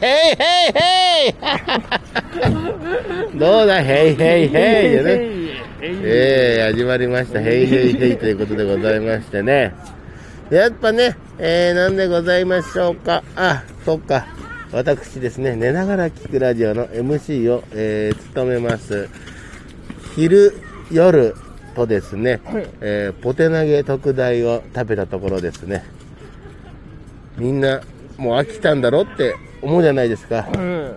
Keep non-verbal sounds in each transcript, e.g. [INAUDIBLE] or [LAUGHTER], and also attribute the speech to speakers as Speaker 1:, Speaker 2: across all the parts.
Speaker 1: ヘイ [LAUGHS] ヘイヘイどうだ、ヘイヘイヘイでね。ええ始まりました。ヘイヘイヘイということでございましてね。やっぱね、えー、なんでございましょうか。あ、そっか。私ですね、寝ながら聞くラジオの MC を、えー務めます。昼、夜とですね、えーポテ投げ特大を食べたところですね。みんな、もう飽きたんだろって思うじゃないですか。
Speaker 2: うん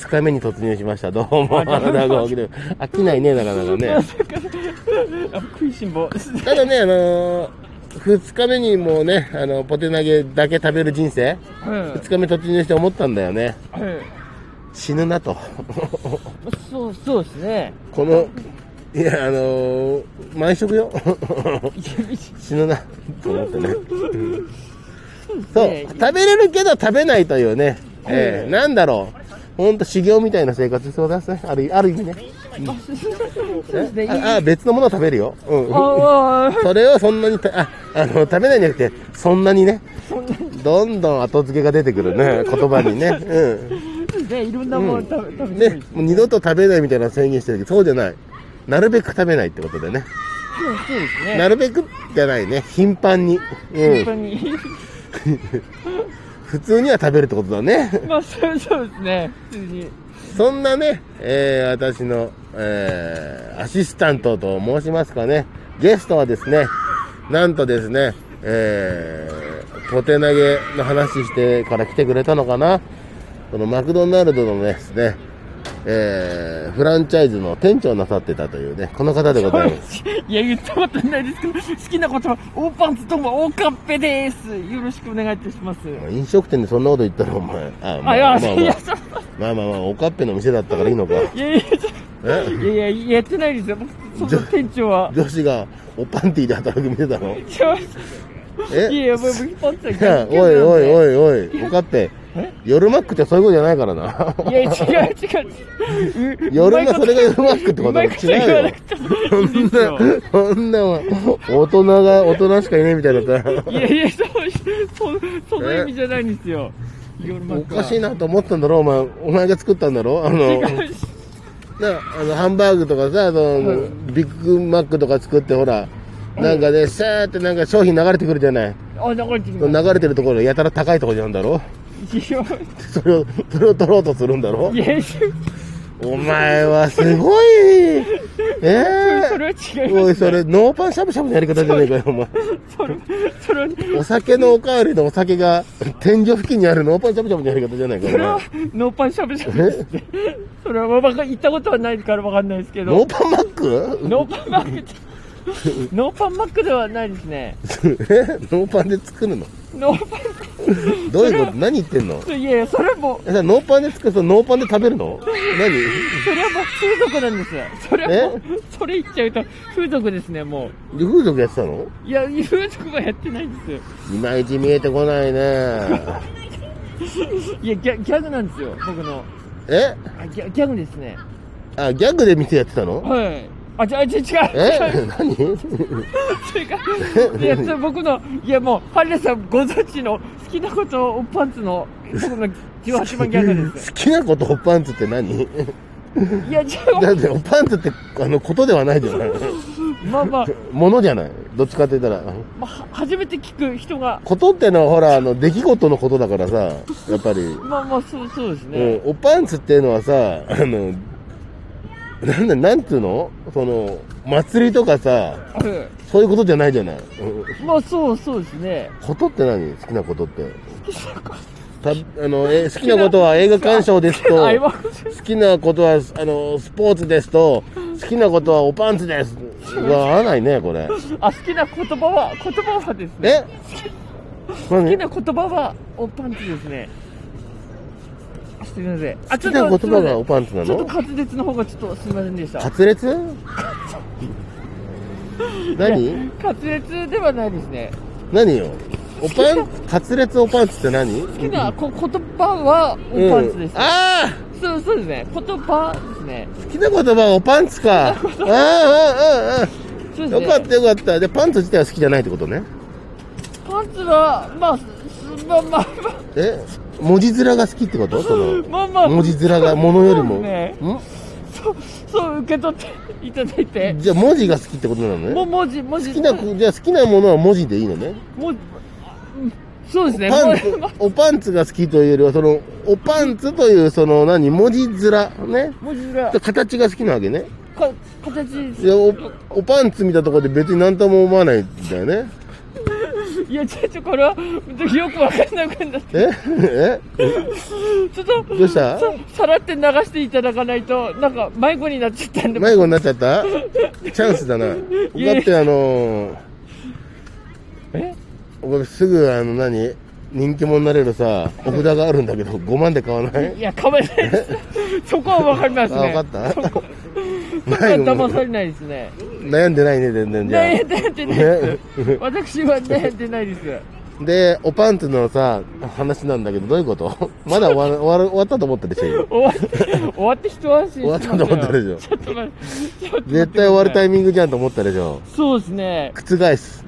Speaker 1: 2日目に突入しました。どう [LAUGHS] も、穴が起きてる飽きないね、なかなかね。
Speaker 2: あ食いしん坊ですね
Speaker 1: ただね、あのー、2日目にもうね、あの、ポテ投げだけ食べる人生、
Speaker 2: うん
Speaker 1: 2日目突入して思ったんだよね。
Speaker 2: うん
Speaker 1: 死ぬなと。 [LAUGHS]
Speaker 2: そうそうですね
Speaker 1: この、いや、あのー、毎食よ。 [LAUGHS]
Speaker 2: [LAUGHS]
Speaker 1: 死ぬな、と思ってね。うんそう、食べれるけど食べないというね、えーなんだろう。ほんと修行みたいな生活してますね。あるある意味ね。
Speaker 2: そうですね
Speaker 1: ああ、別のものを食べるよ。うん。
Speaker 2: ああ
Speaker 1: それをそんなにたああの食べないんじゃなくてそんなにねどんどん後付けが出てくる [LAUGHS] ね言葉にね、う
Speaker 2: そうですねいろんなもの食べ食
Speaker 1: ん、で
Speaker 2: べてもいいです
Speaker 1: もう二度と食べないみたいな宣言してるけどそうじゃないなるべく食べないってことでね
Speaker 2: そうそうですね
Speaker 1: なるべくじゃないね頻繁に、う
Speaker 2: 本当
Speaker 1: ん、
Speaker 2: に
Speaker 1: 普通には食べるってことだね
Speaker 2: まあそうそうですね普通に
Speaker 1: そんなね、えー私の、えーアシスタントと申しますかね、ゲストはですね、なんとですね、えーポテ投げの話してから来てくれたのかな、そのマクドナルドのですね、えーフランチャイズの店長をなさってたというね、この方でございます。
Speaker 2: いや言ったことないですけど好きな言葉大パンツとも大カッペですよろしくお願いいたします
Speaker 1: 飲食店でそんなこと言ったら、お前、あ、ま
Speaker 2: あいや
Speaker 1: あまあ
Speaker 2: い
Speaker 1: まあ、
Speaker 2: やいやちょっ
Speaker 1: まあまあまあ、おかっぺの店だったからいいのか。
Speaker 2: といやいやちょっ
Speaker 1: え
Speaker 2: といやいややってないですよ僕その店長は
Speaker 1: 女子がおパンティーで働く店だろ。
Speaker 2: ちょ
Speaker 1: え
Speaker 2: いやいやもう僕パンツはい
Speaker 1: や、 [LAUGHS] おいおい
Speaker 2: い
Speaker 1: おいおい、おかっぺ
Speaker 2: え、
Speaker 1: 夜マックってそういうことじゃないから
Speaker 2: [LAUGHS]
Speaker 1: な。
Speaker 2: いや違う違うう
Speaker 1: 夜がそれが夜マックってこ
Speaker 2: う
Speaker 1: と
Speaker 2: ま
Speaker 1: は
Speaker 2: いこと言わな
Speaker 1: 違
Speaker 2: くても
Speaker 1: うよ。そんな、そんな、大人が、大人しかいないみたいだった
Speaker 2: いやいやそうそうその意味じゃないんですよ夜マ
Speaker 1: お
Speaker 2: ック
Speaker 1: か
Speaker 2: は
Speaker 1: しいなと思ったんだろ、お前。お前が作ったんだろあの、な
Speaker 2: 違う
Speaker 1: あの、ハンバーグとかさ、その、ビッグマックとか作って、ほら、なんかね、シャーってなんか商品流れてくるじゃない。
Speaker 2: あ流れてき
Speaker 1: 流
Speaker 2: ま
Speaker 1: れてるところ、やたら高いところにあるんだろ
Speaker 2: すいや
Speaker 1: それを、それを取ろうとするんだろ
Speaker 2: いやいや
Speaker 1: お前はすごいえ
Speaker 2: それは違います
Speaker 1: え
Speaker 2: ね
Speaker 1: おい、それ、ノーパンしゃぶしゃぶのやり方じゃねえかよ、お前。
Speaker 2: それそれ
Speaker 1: お酒のおかわりのお酒が、天井付近にあるノーパンしゃぶしゃぶのやり方じゃないか
Speaker 2: それ
Speaker 1: よ、お
Speaker 2: は
Speaker 1: 前。
Speaker 2: ノーパンしゃぶしゃぶですねそれはわか行ったことはないからわかんないですけ
Speaker 1: ノ
Speaker 2: ど
Speaker 1: ーパンマック
Speaker 2: ノーパンマックってノーパンマックではないですね
Speaker 1: えノーパンで作るの
Speaker 2: ノーパン
Speaker 1: どういうこと何言ってんの
Speaker 2: いやいやそれはも
Speaker 1: え、ノーパンで作るとノーパンで食べるの
Speaker 2: うそれはもう風俗なんですそれはもうそれ言っちゃうと風俗ですねも
Speaker 1: 何風俗やってたの
Speaker 2: ういや風俗はやってないんです
Speaker 1: いまいち見えてこないね。
Speaker 2: いやギャギャグなんですよ僕の
Speaker 1: え
Speaker 2: あギャギャグですね
Speaker 1: あ、ギャグで店やってたの
Speaker 2: はいあじゃあじゃあ違う
Speaker 1: え
Speaker 2: 違う
Speaker 1: 何
Speaker 2: 違ういやそれ僕のいやもうハルレさんご存知の好きなことをおっぱんつの僕の18番ギャグで
Speaker 1: [LAUGHS]
Speaker 2: す
Speaker 1: 好きなことおパンツって何
Speaker 2: いやじゃ
Speaker 1: だっておパンツってあのことではないじゃない
Speaker 2: あまあまあ、
Speaker 1: ものじゃないどっちかって言ったら
Speaker 2: まあ、は初めて聞く人が
Speaker 1: ことってのはほらあの出来事のことだからさやっぱり、
Speaker 2: まあまあそうそうです
Speaker 1: う
Speaker 2: ね
Speaker 1: ん、おパンツっていうのはさあのなんだなんつうのその祭りとかさ
Speaker 2: は
Speaker 1: そういうことじゃないじゃない、うん
Speaker 2: いまあそうそうですね
Speaker 1: ことって何好きなことってたあのえ好きなことは映画鑑賞ですと [LAUGHS]
Speaker 2: あ今
Speaker 1: 好きなことはあのスポーツですと好きなことはおパンツですが合わないねこれ
Speaker 2: あ好きな言葉は言葉はですね
Speaker 1: え
Speaker 2: 好
Speaker 1: 何
Speaker 2: きな言葉はおっぱんつですねすみません
Speaker 1: 好
Speaker 2: あ
Speaker 1: きな言葉がお
Speaker 2: ん
Speaker 1: パンツな
Speaker 2: ちょっと
Speaker 1: の
Speaker 2: 滑舌の方がちょっとすみませんでした
Speaker 1: 滑舌何
Speaker 2: 滑舌ではないですね
Speaker 1: 何よおパン滑舌おパンツって何
Speaker 2: 好きなこ言葉は
Speaker 1: うん
Speaker 2: おパンツです、
Speaker 1: ああ
Speaker 2: そうそうですね言葉ですね
Speaker 1: 好きな言葉はおパンツかあああああ
Speaker 2: そう
Speaker 1: あ
Speaker 2: です
Speaker 1: よ
Speaker 2: ね
Speaker 1: かったよかったでパンツ自体は好きじゃないってことね
Speaker 2: パンツはまあすまあまあまあ
Speaker 1: え文字面が好きってことその、
Speaker 2: まあまあ
Speaker 1: 文字面が、ものよりも。
Speaker 2: そうね
Speaker 1: ん
Speaker 2: そうそう受け取っていただいて
Speaker 1: じゃあ文字が好きってことなのね。
Speaker 2: も
Speaker 1: 好
Speaker 2: 文字文字
Speaker 1: きなこ、じゃあ好きなものは文字でいいのね。
Speaker 2: もうそうですね
Speaker 1: パン
Speaker 2: もう
Speaker 1: ツ、おパンツが好きというよりは、その、おパンツという、その、何、文字面、ね。
Speaker 2: 文字が
Speaker 1: 形が好きなわけね。
Speaker 2: か形
Speaker 1: いや、お、おパンツ見たところで別に何とも思わないんだよね。
Speaker 2: いや、ちょっとこれは、よくわかんなくなって、
Speaker 1: ええ
Speaker 2: ちょっと、ど
Speaker 1: うした
Speaker 2: さらって流していただかないと、なんか迷子になっちゃったんで、
Speaker 1: 迷子になっちゃった
Speaker 2: [LAUGHS]
Speaker 1: チャンスだな。だ
Speaker 2: え
Speaker 1: ってあのー、
Speaker 2: え
Speaker 1: 僕すぐあの何人気者になれるさ、お札があるんだけど、5万で買わない
Speaker 2: いや、かまないです。そこはわかります
Speaker 1: あ、
Speaker 2: ね。
Speaker 1: わかった [LAUGHS]
Speaker 2: そこそこは
Speaker 1: 迷子
Speaker 2: 騙されないですね。
Speaker 1: 悩んでないね、全然じゃ
Speaker 2: 悩んでないです。
Speaker 1: ね
Speaker 2: 私は悩んでないです。
Speaker 1: あ。で、おパンツのさ、話なんだけど、どういうこと [LAUGHS] まだ終わる終わる終わったと思ったでしょ、 [LAUGHS] 今
Speaker 2: 終わって、終わって一安心し
Speaker 1: 終わったと思ったでしょ
Speaker 2: ちょっと待って、ちょっと待って
Speaker 1: 絶対終わるタイミングじゃんと思ったでしょ。
Speaker 2: そうですね。
Speaker 1: 覆す。覆 [LAUGHS] す。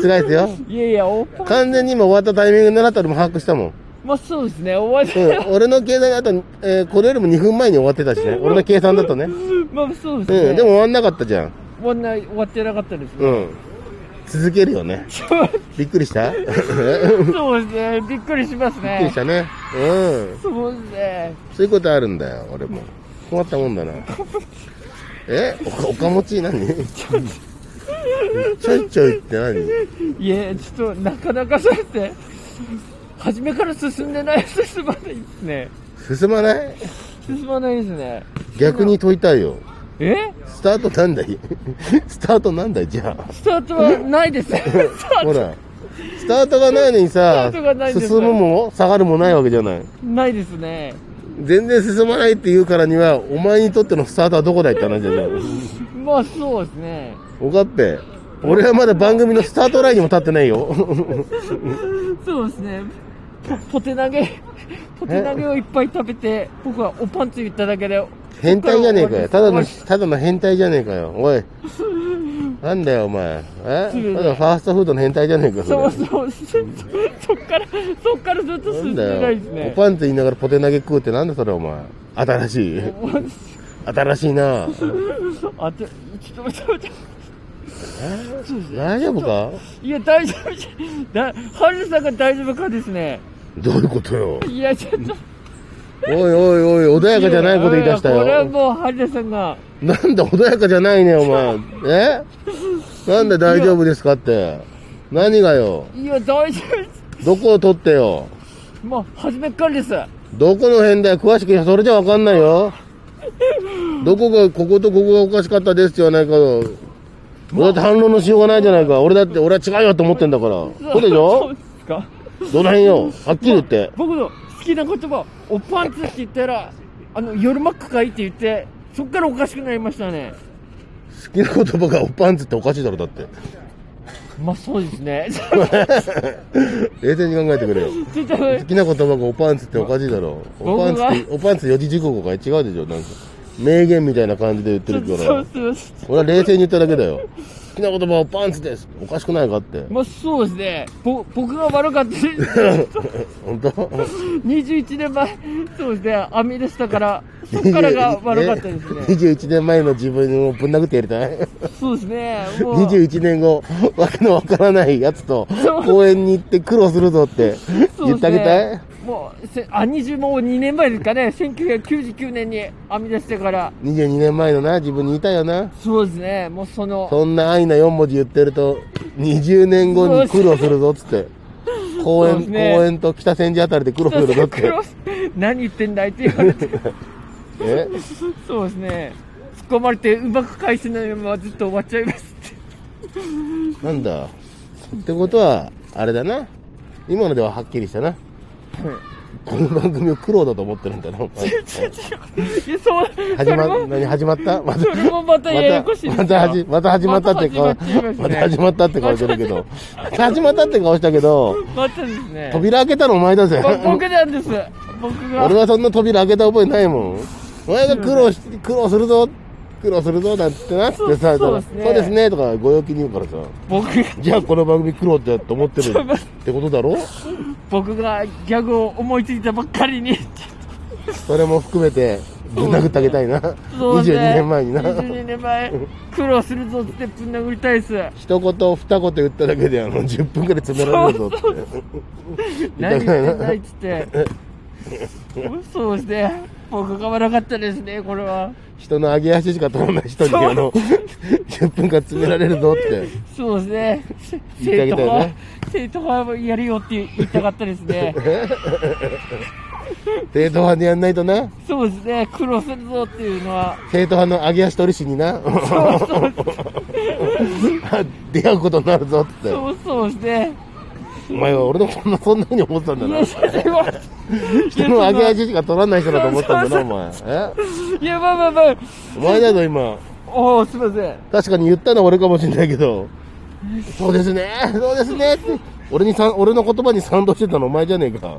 Speaker 1: 覆すよ。
Speaker 2: いやいや、オープン。
Speaker 1: 完全に今終わったタイミングになったのも把握したもん。
Speaker 2: まあそうですね、終わ
Speaker 1: う
Speaker 2: っ
Speaker 1: [LAUGHS] ん、俺の計算があと、えーこれよりも2分前に終わってたしね。俺の計算だとね。うん、
Speaker 2: て、まあそうですね。
Speaker 1: でも終わんなかったじゃん。
Speaker 2: 終わんない、終わってなかったです
Speaker 1: う
Speaker 2: ね。
Speaker 1: ん。続けるよね。びっくりした [LAUGHS] びっく
Speaker 2: そうですね、びっくりします
Speaker 1: り
Speaker 2: ね
Speaker 1: し。たね。うん。
Speaker 2: そうですね。
Speaker 1: そういうことあるんだよ、俺も。困ったもんだ
Speaker 2: [LAUGHS]
Speaker 1: な。えおおかもち何ちょいちょいって何
Speaker 2: いや、ちょっとなかなかそうやって、初めから進んでない、進まないですね。
Speaker 1: 進まない
Speaker 2: 進まないですね。
Speaker 1: 逆に問いたいよ。
Speaker 2: え
Speaker 1: スタートなんだい [LAUGHS] スタートなんだいじゃあ。
Speaker 2: スタートはないです。 [LAUGHS] スター
Speaker 1: ほら。スタートがないのにさ
Speaker 2: スタートがない、んです
Speaker 1: 進むも下がるもないわけじゃない。
Speaker 2: トないですね。
Speaker 1: 全然進まないって言うからには、お前にとってのスタートはどこだいって話じゃない。
Speaker 2: まあそうですね。
Speaker 1: おかっぺ、俺はまだ番組のスタートラインにも立ってないよ。
Speaker 2: そうですね。ポポテ投げ、ポテ投げをいっぱい食べて、僕はおパンツ言っただけで。
Speaker 1: 変態じゃねえかよ。ただの、
Speaker 2: 終
Speaker 1: ただの変態じゃねえかよ。おい。なんだよ、お前。え
Speaker 2: すぐね
Speaker 1: ただファーストフードの変態じゃねえかよ。
Speaker 2: わ
Speaker 1: そ
Speaker 2: りそうそう、そそっから、そっからずっと
Speaker 1: れ
Speaker 2: 進
Speaker 1: なん
Speaker 2: ん
Speaker 1: だ
Speaker 2: でない
Speaker 1: よ
Speaker 2: です。
Speaker 1: お
Speaker 2: ね。
Speaker 1: パンツ言いながらポテ投げ食うってなんだそれ、お前。新しい。
Speaker 2: おパンツ
Speaker 1: 新しいな。
Speaker 2: あちょちょっと待って待って
Speaker 1: 大丈夫か
Speaker 2: いや大丈夫じゃだハルさんが大丈夫かですね
Speaker 1: どういうことよ。
Speaker 2: いやちょっと
Speaker 1: おいおいおい、穏やかじゃないこと言い出した
Speaker 2: やこれは
Speaker 1: よ。
Speaker 2: もうハルさんが
Speaker 1: なんだ、穏やかじゃないね、お前。えなんで大丈夫ですかって。何がよ。
Speaker 2: いや大丈夫で
Speaker 1: どこを取ってよ。
Speaker 2: すもう初めっからです
Speaker 1: どこの辺だよ詳しくそれじゃわかんないよどこがこことここがおかしかったですって言わないかよ俺だって反論のしようがないじゃないか俺だって俺は違うよと思ってんだからそうでし
Speaker 2: そう
Speaker 1: ょ
Speaker 2: ですか
Speaker 1: どの辺よはっきり言って
Speaker 2: 僕の好きな言葉おパンツって言ったらあの夜マックかいって言ってそっからおかしくなりましたね
Speaker 1: 好きな言葉がおパンツっておかしいだろだって
Speaker 2: まあそうです
Speaker 1: [LAUGHS]
Speaker 2: ね
Speaker 1: 冷静に考えてくれよ
Speaker 2: ちょっと
Speaker 1: 好きな言葉がおパンツっておかしいだろおパンツっておパンツ四字熟語かい違うでしょなんか名言みたいな感じで言って
Speaker 2: ちょ
Speaker 1: る
Speaker 2: っ
Speaker 1: か
Speaker 2: と
Speaker 1: ら
Speaker 2: そうそうそ
Speaker 1: 俺は冷静に言っただけだよ好きな言葉はおパンツですおかしくないかって
Speaker 2: うまあそうですねぼ僕が悪かったです
Speaker 1: [LAUGHS] 本当
Speaker 2: 21年前、そうですね、網でしたから、そこからが悪かったですね。
Speaker 1: 21年前の自分をぶん殴ってやりたい。
Speaker 2: そうですね、
Speaker 1: [LAUGHS]
Speaker 2: もう、
Speaker 1: 21年後、わけのわからないやつと
Speaker 2: そう
Speaker 1: 公園に行って苦労するぞって
Speaker 2: そ
Speaker 1: 言
Speaker 2: う
Speaker 1: っ
Speaker 2: です
Speaker 1: てあげたい
Speaker 2: ね、もうせあ、20もう2年前ですかね、1999年に網出してから、
Speaker 1: ?22 年前のな、自分にいたよな。
Speaker 2: そうですね、もうその、
Speaker 1: そんな愛な4文字言ってると、20年後に苦労するぞっつって。公
Speaker 2: そうで
Speaker 1: 園、
Speaker 2: すね
Speaker 1: 公園と北千住あたりで苦労するぞって。
Speaker 2: 何言ってんだいって言われて、 [LAUGHS]
Speaker 1: え
Speaker 2: そうですね、突っ込まれて、うまく返せないままずっと終わっちゃいますって。
Speaker 1: なんだ。ってことは、あれだな。今のでははっきりしたな。この番組を苦労だと思ってるんだな、お前。
Speaker 2: いやそうそ
Speaker 1: 始
Speaker 2: れ
Speaker 1: ま、
Speaker 2: も
Speaker 1: 何始ま
Speaker 2: [LAUGHS]
Speaker 1: ったまた
Speaker 2: それもまたややこしいですよ
Speaker 1: また始また始まったって顔
Speaker 2: また始ま
Speaker 1: ま
Speaker 2: っちゃいましたね
Speaker 1: た始まったって顔してるけどまた始まったって顔したけど
Speaker 2: またですね、
Speaker 1: 扉開けたのお前だぜ
Speaker 2: ぼ僕なんです、僕が
Speaker 1: 俺。はそんな扉開けた覚えないもんお前が苦労し苦労するぞ苦苦労するぞなんてなってさ、
Speaker 2: そうそうですね
Speaker 1: そうですねとかご陽気に言うからさ、
Speaker 2: 僕が
Speaker 1: じゃあこの番組苦労ってと思ってる
Speaker 2: ちょっと待
Speaker 1: ってことだろ
Speaker 2: 僕がギャグを思いついたばっかりに
Speaker 1: それも含めて、ぶん殴ってあげたいな。
Speaker 2: そう
Speaker 1: 22
Speaker 2: ね
Speaker 1: 年前にな。
Speaker 2: 22年前苦労するぞってぶん殴りたいっす
Speaker 1: 一言二言言っただけであの10分くらい詰められるぞって。
Speaker 2: 何言ってないっつってそうですね僕が悪かったですねこれは
Speaker 1: 人の上げ足しか取らない人にあの、10分間詰められるぞって。
Speaker 2: そうですね
Speaker 1: 言ってあげ
Speaker 2: 生徒
Speaker 1: たよ
Speaker 2: が
Speaker 1: ね
Speaker 2: 生徒がやるよって言いたかったですね
Speaker 1: 正統派でやんないとな。
Speaker 2: そうですね苦労するぞっていうのは
Speaker 1: 正統派の上げ足取り師にな。 [LAUGHS] 出会うことになるぞって。
Speaker 2: そうそうですね
Speaker 1: お前は俺のこんな、そんなふうに思ってたんだ
Speaker 2: い
Speaker 1: な
Speaker 2: や。それは
Speaker 1: 人の上げ
Speaker 2: いや
Speaker 1: 足しか取らない人だと思ったんだな、お前。え
Speaker 2: そのいやまあまあまあ
Speaker 1: お前だぞ、今。
Speaker 2: おおすいません
Speaker 1: 確かに言ったのは俺かもしれないけど、そうですね、そうですねって、俺にさん俺の言葉に賛同してたのお前じゃねえか。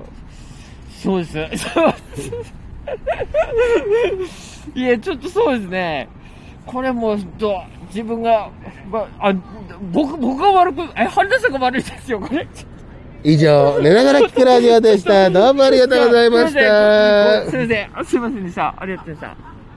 Speaker 2: そうです。 [LAUGHS] そういや、ちょっとそうですね。これもう、ど自分が、ま、あ、僕、僕が悪く、え、春田さんが悪いですよ、これ。
Speaker 1: 以上、寝ながら聞くラジオでした。どうもありがとうございまし
Speaker 2: すいま
Speaker 1: た
Speaker 2: せん。。すいません。あすいませんでした。ありがとうございました。